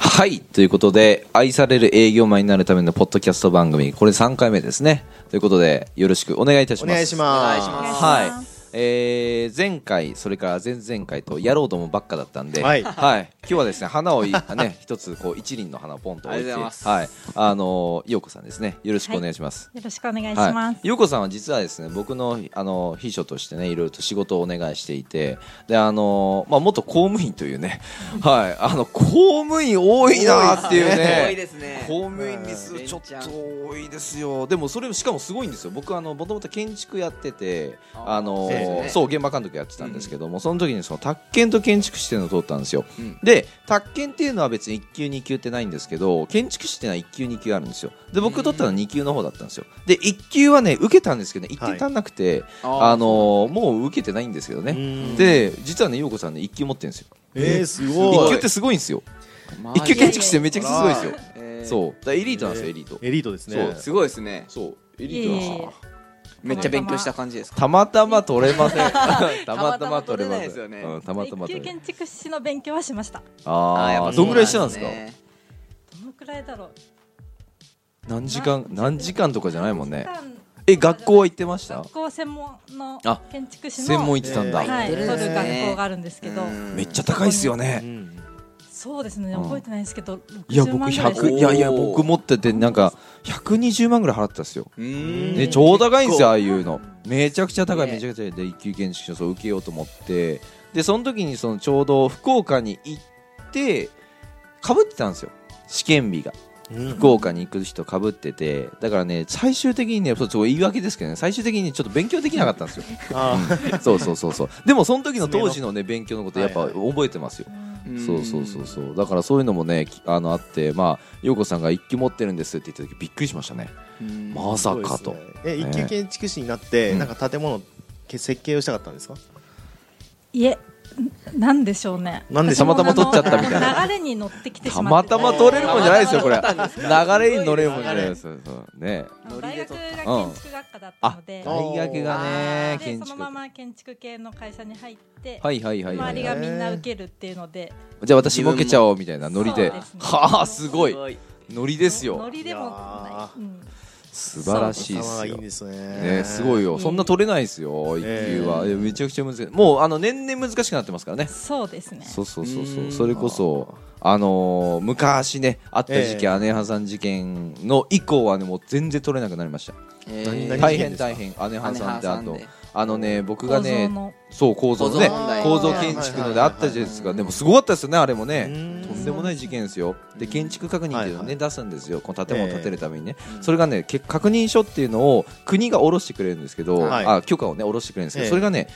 はいということで愛される営業マンになるためのポッドキャスト番組これ3回目ですねということでよろしくお願いいたしおます願いしますお願いしまはいえー、前回それから前々回とやろうどもばっかだったんで、はい今日はですね花をいね一つこう一輪の花をポンと置いてありがとうございまはすいあのー、陽子さんですねよろしくお願いします、よろしくお願いしはます。い、ゆうこさんは実はですね僕のあの秘書としてねいろいろと仕事をお願いしていてであの、まあ、元公務員というね、はい、あの公務員多いなっていう多いねですね。公務員日数ちょっと多いですよでもそれしかもすごいんですよ僕はもともと建築やっててああのそうですねそう現場監督やってたんですけども、その時にその宅建と建築士っていうのを取ったんですよ、うんで宅建っていうのは別に1級2級ってないんですけど建築士っていうのは1級2級あるんですよで僕取ったのは2級の方だったんですよで1級はね受けたんですけど、ね、1級足んなくて、あのーもう受けてないんですけどね、で実はね陽子さんね1級持ってるんですよえー、す1ご級っいてすごいんですよマジ1級建築士ってめちゃくちゃすごいですよえーそうだからエリートなんですよエリートエリートですねすごいですね。そうエリートなんですいえいよえめっちゃ勉強した感じですか。たまたま取れません たままたたまま取取れれまなせいんですよねうんたまたま一取級れません建築士の勉強はしました。ーやっああぱどんぐらいしてたんですかねどのくらいだろう。何時間何時間とかじゃないもんね一時間え学校は行ってました学校専門のあ建築士の専門行ってたんだ、えーはい、行って取るるんですね学校があるんですけど、うんめっちゃ高いっすよね、うんそうですねうん覚えてないですけど、いや60僕万ぐらいです100いやいや僕持っててなんか120万ぐらい払ってたんですよ、うーんね、超高いんですよああいうのめちゃくちゃ高いねめちゃくちゃ高いで一級建築士をそう受けようと思ってでその時にそのちょうど福岡に行ってかぶってたんですよ試験日がうん福岡に行く人かぶっててだからね最終的にねそうそう言い訳ですけどね最終的にちょっと勉強できなかったんです よあそうそうそうそう。でもその時の当時のね勉強のことやっぱはいは覚えてますよ。うんそうそうそうそう。だからそういうのもねきあのあってまあ陽子さんが一級持ってるんですって言った時びっくりしましたね。うんまさかすごとい。ですねえ一級建築士になって、うんなんか建物け設計をしたかったんですかいえんなんでしょうねなんで私もたまたま取っちゃったみたいなあの流れに乗ってきてしたままってたま取れるもんじゃないですよこれ。たまたま取流っれに乗れるもんじゃないです。そうそうね。あのノリ大で学取っが建うん築学科だったあので、あ大学があねー建でそ築のまま建築系の会社に入って、はいはいはいは周りがい。みんな受けるっていうので、じゃあ私も受けちゃおうみたいなノリで。そうですねはあすごいす。ごいノリですノよ。リでもいやーない、うん素晴らしいで頭がすいいよん。ですねね、すごいよ、うんそんな取れないですよ、一級は、いやめちゃくちゃ難しい、もうあの年々難しくなってますからね、そうですね。そうそうそうそうう、んそれこそ、あのー昔ね、あった事件、姉はさん事件の以降はね、もう全然取れなくなりました、え何ー々大事件変ですか大変、姉は姉さんっはてあさんとで、あのね、僕が構造ね、のそう、構造のね構造問、題構造建築のであったじゃないですか、はいはいはいはいでもすごかったですよね、あれもね。うんとんでもない事件ですよ。で建築確認っていうのをはいはねい出すんですよ。この建物を建てるためにねえ。えそれがねけ確認書っていうのを国が下ろしてくれるんですけど、はいあ許可をね下ろしてくれるんですけえど、えそれがね。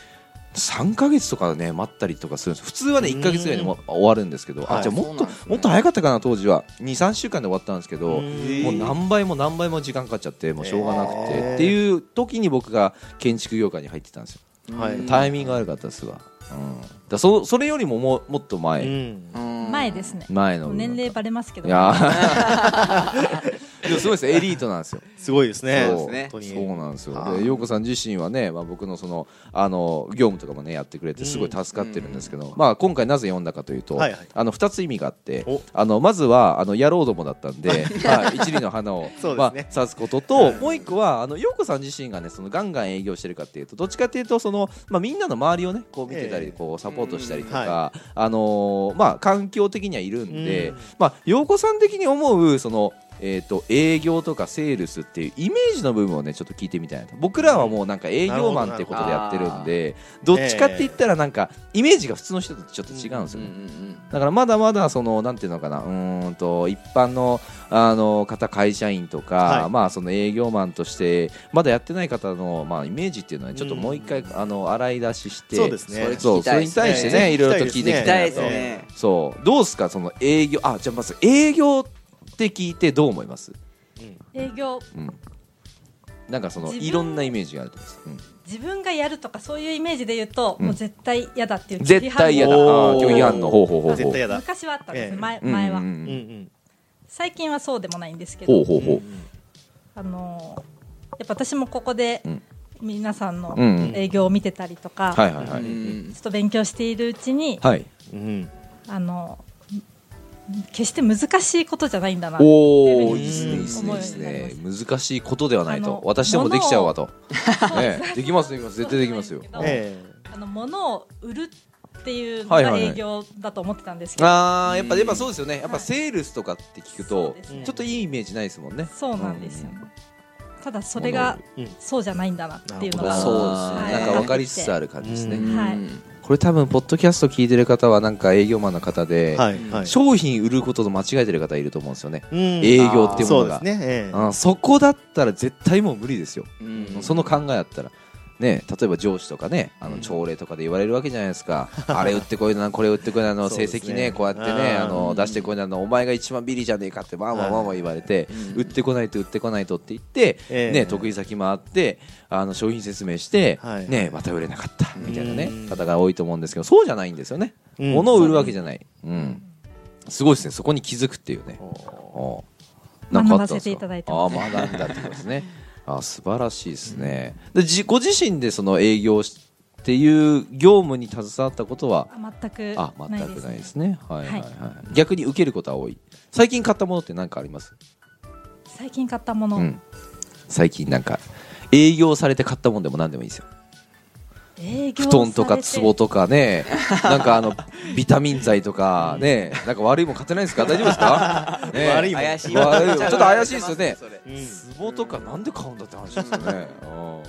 3ヶ月とかね待ったりとかするんです普通はね1ヶ月ぐらいでも終わるんですけどはあいじゃあもっそうとなんですねもっと早かったかな当時は23週間で終わったんですけどうんもう何倍も何倍も時間かかっちゃってもうしょうがなくえてえっていう時に僕が建築業界に入ってたんですよはいうんタイミングが悪かったですわ、うん、だからそそれよりもももっとう前んうん前ですね。前のもう年齢バレますけど。いやー でもすごいですよエリートなんですよ。すごいですねそうですね本当にそうなんですあよ。で、ー陽子さん自身はね、まあ僕のそのあの業務とかもねやってくれてすごい助かってるんですけど、まあ今回なぜ読んだかというと、はいはいあの二つ意味があってお、あのまずはあの野郎どもだったん で、はい一輪の花をそうまであすね刺すことと、もう一個はあの陽子さん自身がねそのガンガン営業してるかっていうと、どっちかっていうとそのまあみんなの周りをねこう見てたええりこうサポートしたりとうんか、あのーまあ環境的にはいるんで、うんまあ陽子さん的に思うそのえー、と営業とかセールスっていうイメージの部分をねちょっと聞いてみたいなと僕らはもうなんか営業マンってことでやってるんでどどっちかって言ったらなんかイメージが普通の人とちょっと違うんですうよんうね、んだからまだまだそのなんていうのかなうーんと一般のあの方会社員とか、はいまあその営業マンとしてまだやってない方のまあイメージっていうのはちょっともう一回、あの洗い出ししてそうですねそう聞きそたれいでにすね対してねいろいろと聞いていき聞行ききたたいいでなすと。ねそうどうですかその営業あじゃあまず営業って聞いてどう思います営業うんなんかその自分いろんなイメージがあると思います、自分がやるとかそういうイメージで言うと、うんもう絶対嫌だっていううん絶対嫌だあおーー拒否反応ほうほうほうほ絶対う嫌だ昔はあったんですよ、ええ前うん前は、うんうんうんん最近はそうでもないんですけど、ほうほうほうあのーやっぱ私もここでうん皆さんのうんうん営業を見てたりとか、はいはいはういんちょっと勉強しているうちに、はいうんあのー決して難しいことじゃないんだなおおうんいいですねいいですねいいです思うようになりね難しいことではないあとの私でもできちゃうわと、 ね、できますできます絶対できますよ そうあなんですけどえあの物を売るっていうのはいはいがはい営業だと思ってたんですけど、あーやっぱやっぱそうですよねやっぱセールスとかって聞くそうとですねちょっといいイメージないですもんねそうなんですよ、ただそれが物を売るうんそうじゃないんだなっていうのながるほどそうですねなんか分かりつつある感じですね、うんはういんこれ多分ポッドキャスト聞いてる方はなんか営業マンの方えで、はいはい商品売ることと間違えてる方いると思うんですよね、うん営業っていうもそのうでがすねええうんそこだったら絶対もう無理ですよ、うんその考えだったらね、例えば上司とかねあうのん朝礼とかで言われるわけじゃないです か、あれ売ってこいなこれ売ってこいなあのそう成です績ねねこうやってねあーあの出してこいなのお前が一番ビリじゃねえかってわーわーわーわー言われて、うん売ってこないと売ってこないとって言って、ええね、得意先回ってあの商品説明して、はいね、また売れなかったみたいなねうん方が多いと思うんですけどそうじゃないんですよね、うん物を売るわけじゃない、うん、すごいですねそこに気づくっていうね。おうなんかあったんですか学ばせていただいてああます学んだってことですねあー素晴らしいですね、でじご自身でその営業しっていう業務に携わったことは全くあ全ないくです,、ないですねはいはいはい、は逆に受けることは多い最近買ったものって何かあります、最近買ったもの、うん、最近なんか営業されて買ったもんでも何でもいいですよ布営業されて団とか壺とかねなんかあの ビタミン剤とかねなんか悪いもん買ってないですか大丈夫です か、ね悪いもん怪しい悪いよちょっと怪しいですよねそれう壺んとかなんで買うんだって話ですよね。うん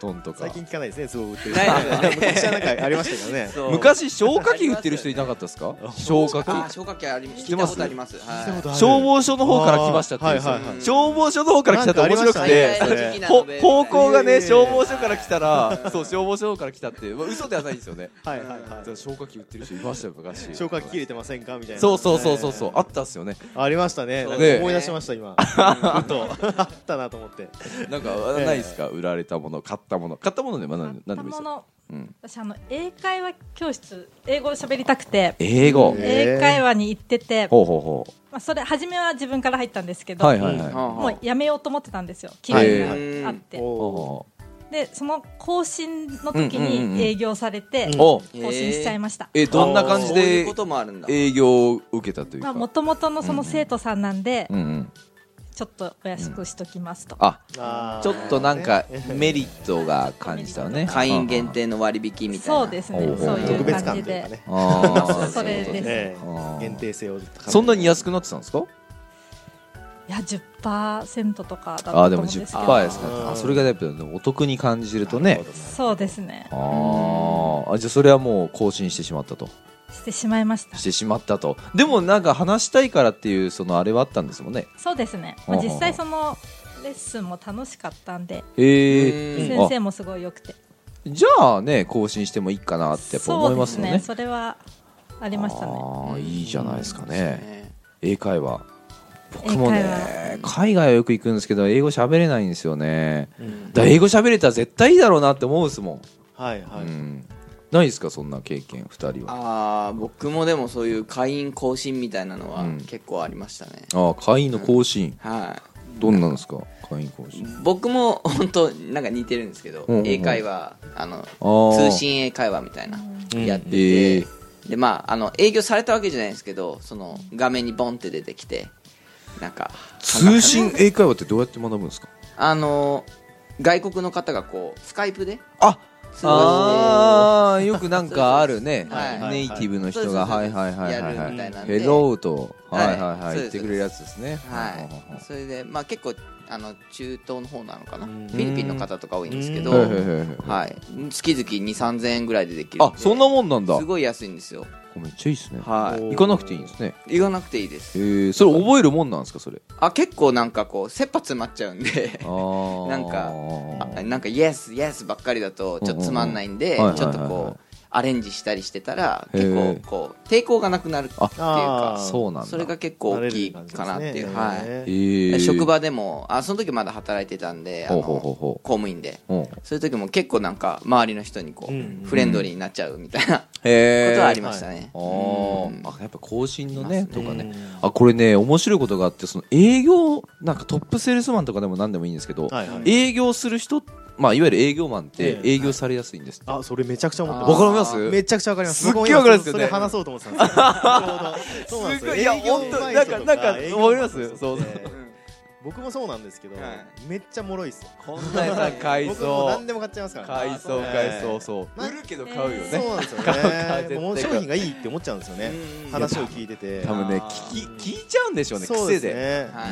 布団とか最。近聞かないですね、すごい売ってる。ないです昔はよねなんかありましたけどね。そう昔消火器売ってる人いなかったですか？消火あー器。消火器あります知っ聞ていまたすことありますはい消防署の方から来ましたっていうんですよはいはいはい消防署の方から来たって面白くなんかありまてしたね。ほ方向がえねえ消防署から来たらそう消防署から来たってまあ嘘ではないんですよね。はいはいはじゃあ消火器売ってる人いましたよ昔。い。消火器切れてませんかみたいな。そうそうそうそうそうああったっすよね。ありましたね。そうなんねか思い出しました 今。ふと あったなと思って。なんかあええないですか売られたもの買ったもの買ったものでまあ買何っ何たでもいいもですよ。のうん私あの英会話教室英語を喋りたくて、英語。え英会話に行ってて、ほうほうほまあ、それ初めは自分から入ったんですけう。ど、はいはいはい。んほうもうやめようと思ってたんですよ機はい会があって、おほうでその更新の時うんうんうんに営業されて、うんお更新しちゃいました、えどんな感じそういでうこともあるんだ営業を受けたというか、まあもともとのその生徒さんなんで、うんうん、ちょっとお安くしときますと、ああーちょっとなんか メリットが感じたのね会員限定の割引みたいなそうですねおうそうい特う別感感じというかでね。あー それそういうことねええあー限定性を高めてそんなに安くなってたんですかいや10%とかだったとあ思ーうんででもすけど10%ですあかーあそれがやっぱでもお得に感じるとなねるほそうですねあーあじゃあそれはもう更新してしまったとしてしまいましたしてしまったとでもなんか話したいからっていうそのあれはあったんですもんねそうですね、まほうあ、ほうほう実際そのレッスンも楽しかったんでへえ先生もすごい良くてじゃあね更新してもいいかなってやっぱ思いますよねそうですねそれはありましたねあーいいじゃないですかそうですね英会話僕も英ね海外はよく行くんですけど英語喋れないんですよねどうんだから英語喋れたら絶対いいだろうなって思うですもん、はいはうい。んないですかそんな経験2人はああ僕もでもそういう会員更新みたいなのはうん結構ありましたね、ああ会員の更新、はどんなんですか会員更新い僕も本当なんか似てるんですけど、うんうんうん英会話あのあー通信英会話みたいなうんやってへて、えでまああの営業されたわけじゃないんですけどその画面にボンって出てきてなんか通信英会話ってどうやって学ぶんですかあの外国の方がこうスカイプであ通話あーよくなんかあるね そうそうそうはいネイティブの人がそうはでいすはいはいはいやはるみたいなんでヘローとははいいはいはいそ言っうですてくれるやつですねしてはいそれでまあ結構あの中東の方なのかなフうんィリピンの方とか多いんですけいどはいはいははいはいはいい月々2 3 0 0円ぐらいでできるあそんなもんなんだすごい安いんですよめっちゃいいですねはい行かなくていいんですね行かなくていいですえー、それ覚えるもんなんですかそれあ結構なんかこう切羽詰まっちゃうん でななんかあ なんかイエスイエスばっかりだとちょっとつまんないんで、うんうんうんはいちょっとはいはいはいこうアレンジしたりしてたらへー結構こう抵抗がなくなるっていうあかーそうなんだそれが結構大きいかなってい慣れるう、は感えじですねい、ー、職場でもあその時まだ働いてたんでほあのうほうほうほ公務員でううんへそういう時も結構なんか周りの人にこう、うんフレンドリーになっちゃうみたいなこえとはありましたね、あーうんあやっぱ更新のねとかねうんあこれね面白いことがあってその営業なんかトップセールスマンとかでも何でもいいんですけど、はいはい営業する人まあ、いわゆる営業マンってええ営業されやすいんですって、あそれめちゃくちゃ思ってあわ僕からりますめちゃくちゃわかりますすっげえ僕も今わかりますよねそれ話そうと思ってたんですよち ょうどそうなんですすごよいいや営業本当うなんま人かとなんか営業わかりますうまい人ってそう僕もそうなんですけどはいめっちゃ脆いっすよこんなやさん 買い僕もそう何でも買っちゃいますうから買いそうええ買いそうそう、まあ売るけど買うよそうね、なんですよ買う買う絶ね対もう商品がいいって思っちゃうんですよね話を聞いてて多分ねあー聞き聞いちゃうんでしょうねそう癖でですねはい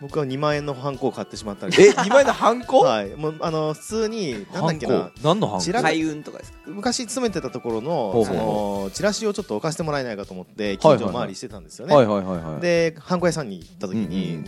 僕は2万円のハンコを買ってしまったりえ2枚のハンコ、はいもうあの普通になんだっけな何のハンコちら開運とかですか昔勤めてたとこほろのうそほうのチラシをちょっと置かせてもらえないかと思って近所回りしてたんですよねはいはいはいはいでハンコ屋さんに行った時に、うんうん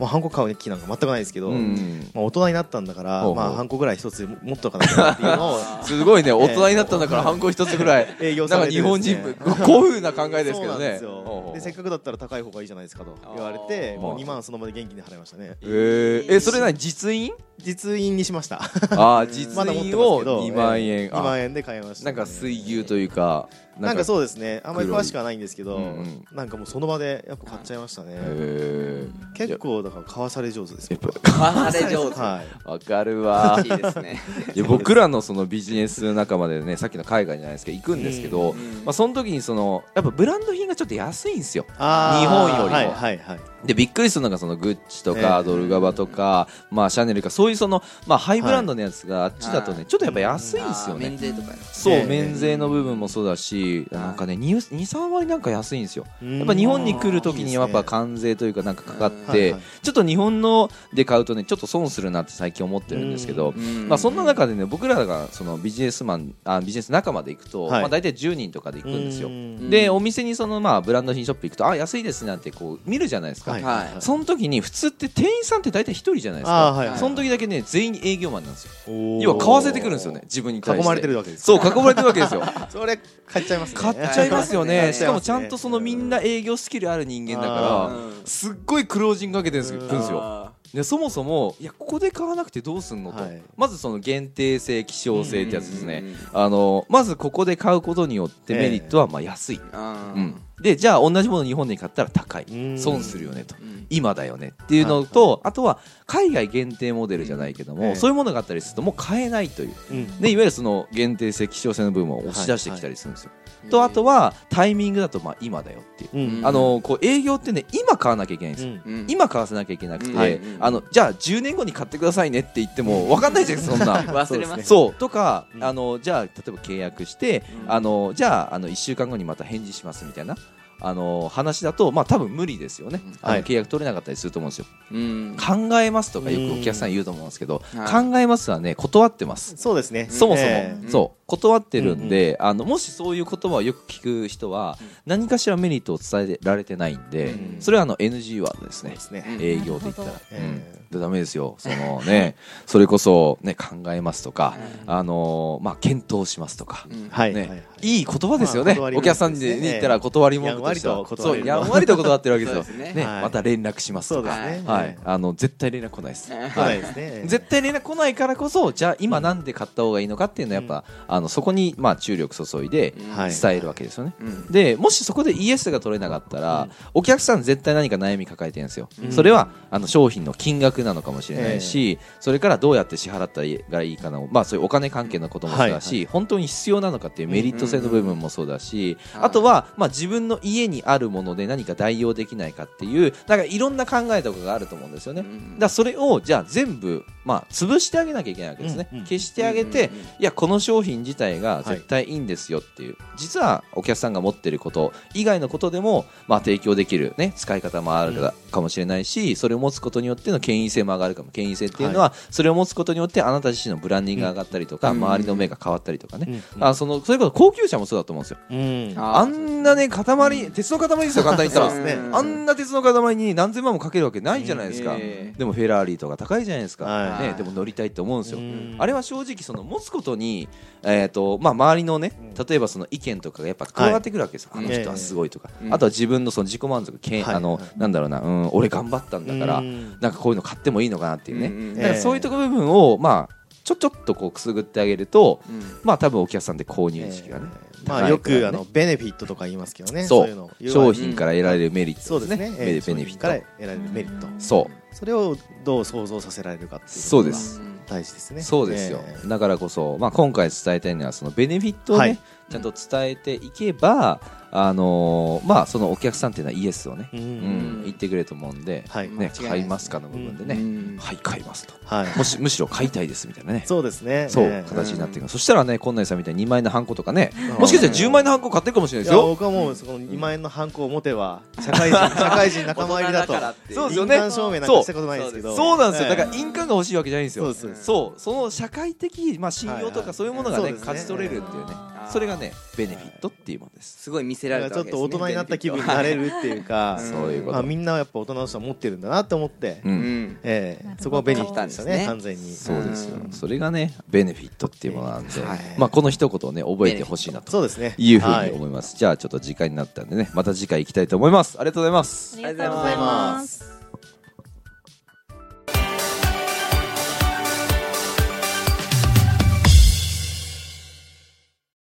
まあ、ハンコ買う気なんか全くないですけど、うんうんまあ、大人になったんだからほうほうまあ、ハンコぐらい一つ持っとかなきゃなっていうのをすごいね大人になったんだからハンコ一つぐらい営業なさんれかて日本人ですね古風な考えですけどそうなんでねすよほうほうでせっかくだったら高い方がいいじゃないですかと言われあてーもう2万その場で現金で払いましたねえーえそれ何実印実印にしました あー実まだ持っ印てますけどを2万円、 2万円で買いましたなんね、か水牛というかなんかそうですねあんまり詳しくはないんですけど、黒いうんなんかもうその場でやっぱ買っちゃいましたね、へー結構だから買わされ上手ですやっぱあれ上手はいわかるわ いいですねいや僕らのそのビジネス仲間でねさっきの海外じゃないですけど行くんですけど、うんまあ、その時にそのやっぱブランド品がちょっと安いんですよあー日本よりもはいはいはいでびっくりするのがそのグッチとかええドルガバとか、まあ、シャネルかそういうその、まあ、ハイブランドのやつがあっちだとはねちょっとやっぱ安いんですよあーね免。税とかですそう、ええ免税の部分もそうだし、はいなんかね23割なんか安いんですようんやっぱ日本に来る時にはやっいぱいですね関税というかなんかかかっうんはいてはいちょっと日本ので買うとねちょっと損するなって最近思ってるんですけど、まあ、そんな中でね僕らがそのビジネスマンあビジネス仲間で行くと、はいまあ、大体10人とかで行くんですよう。んんでお店にそのまあブランド品ショップ行くとあ安いですねなんてこう見るじゃないですか、はいはいその時に普通って店員さんって大体一人じゃないですあーかはいはいその時だけね全員営業マンなんですよ要要は買わせてくるんですよね自分に対して囲まれてるわけですそう囲まれてるわけですよそれ買っちゃいますね買っちゃいますよね買っしちゃいますねかもちゃんとそのみんな営業スキルある人間だあかーらすっごいクロージングかけてるんですようんくんですよでそもそもいやここで買わなくてどうすんのと、はいまずその限定性希少性ってやつですね、うんうんうんあのまずここで買うことによってメリットはまあ安い、あーうん、でじゃあ同じもの日本で買ったら高いうん損するよねとうん今だよねっていうのと、あとは海外限定モデルじゃないけども、ええそういうものがあったりするともう買えないといううんでいわゆるその限定性希少性の部分を押し出してきたりするんですよ、いとあとはタイミングだとまあ今だよっていう、うんあのこう営業ってね今買わなきゃいけないんですよ、うんうん今買わせなきゃいけなくて、うんはいあのじゃあ10年後に買ってくださいねって言っても分かんないじゃんそんな。忘れますそうとか、うんあのじゃあ例えば契約して、うんあのじゃああの1週間後にまた返事しますみたいなあの話だとまあ多分無理ですよね、うんあはのい契約取れなかったりすると思うんですよ、うん考えますとかよくお客さん言うと思うんですけど、はい考えますはね断ってます、そうですねそもそも、えええそう断ってるんで、あのもしそういう言葉をよく聞く人は、うん何かしらメリットを伝えられてないんで、うんそれはあの NG ワードですそうねですねうん営業で言ったらなる、ほうんどえでダメですよその ねそれこそね考えますとか、うんあのーまあ検討しますとか、うんはいねはいはいい、い言葉ですよね、まあ断りお文句客さんにですね言ったら断り文句としてはやんわりとそ断うれるやんわりと断ってるわけですよそうですねねはいまた連絡しますそとうでか、すねはい、あの絶対連絡来ないです、うん来ないですね絶対連絡来ないからこそじゃあ今なんで買った方がいいのかっていうのはやっぱ、あのそこにまあ注力注いでうんはい伝えるわけですよね、うんでもしそこでイエスが取れなかったら、お客さん絶対何か悩み抱えてるんですよ、うんそれはあの商品の金額なのかもしれないし、それからどうやって支払ったらいいかな、まあ、そういうお金関係のこともそうだし、はい本当に必要なのかっていうメリット性の部分もそうだし、うんうんあとは、まあ、自分の家にあるもので何か代用できないかっていうなんかいろんな考えとかがあると思うんですよね、うんうんだからそれをじゃあ全部、まあ、潰してあげなきゃいけないわけですね、うんうん消してあげて、うんうんういんやこの商品自体が絶対いいんですよっていう、実はお客さんが持ってること以外のことでも、まあ、提供できる、ね、使い方もあるか,、もしれないしそれを持つことによっての権威性も上がるかも権威性っていうのは、それを持つことによってあなた自身のブランディングが上がったりとか、うん周りの目が変わったりとかね、うんあそのそれこそ高級車もそうだと思うんですよ。うんああんなね塊、鉄の塊ですよ簡単に言っ たそら。うですねあんな鉄の塊に何千万もかけるわけないじゃないですか、うんええでもフェラーリとか高いじゃないですか、はいね、でも乗りたいと思うんですよ、うんあれは正直その持つことに、えーとまあ、周りのね例えばその意見とかがやっぱ加わってくるわけですよ、はいあの人はすごいとか、うんあとは自分のその自己満足けん、はいあのはいなんだろうな、うん、俺頑張ったんだから、うんなんかこういうの買ってもいいのかなっていうね、うんうんだからそういうとこ部分を、まあ、ちょちょっとこうくすぐってあげると、うんまあ多分お客さんで購入意識がね、えーまあ高よいからねくあのベネフィットとか言いますけどねそういうのを商品から得られるメリットそうですねメえリーベネフィッ商品からト得られるメリットそうそれをどう想像させられるかっていうそうですうん大事ですねそうですよ、ええだからこそ、まあ、今回伝えたいのはそのベネフィットを、ねはいちゃんと伝えていけば、あのーまあ、そのお客さんっていうのはイエスをね、うんうん言ってくれると思うんで、はい間違いないねで、すね買いますかの部分でね、うんはい買いますとはいもしむしろ買いたいですみたいなねそうですねそう、ええ形になっていく、そしたらねこんなにさんみたいに2万円のハンコとかねうんもしかしたら10万円のハンコ買ってるかもしれないいですやよ僕はもうその2万円のハンコを持てば社会人社会人仲間入りだと大人だからっていうそうですよね印鑑証明なんかしたことないですけどそうなんですよ、ええだから印鑑が欲しいわけじゃないんですよそうですそうですそうその社会的、まあ、信用とかそういうものがね、はいはい勝ち取れるっていうねあそれがねベネフィットっていうものです、すごい見せられなんたかちょわっとけです、ね、大人になった気分になれるっていうかうんそういうこと、まあみんなやっぱ大人の人は持ってるんだなと思ってううんん、ええなるほどそこはベニフィットでした来たんでねすね完全にそうですよ、うんそれがねベネフィットっていうものなんで、はいまあ、この一言をね覚えてほしいなとそうですねいうふうはにい思います、じゃあちょっと時間になったんでねまた次回行きたいと思いますありがとうございますりがとうございます。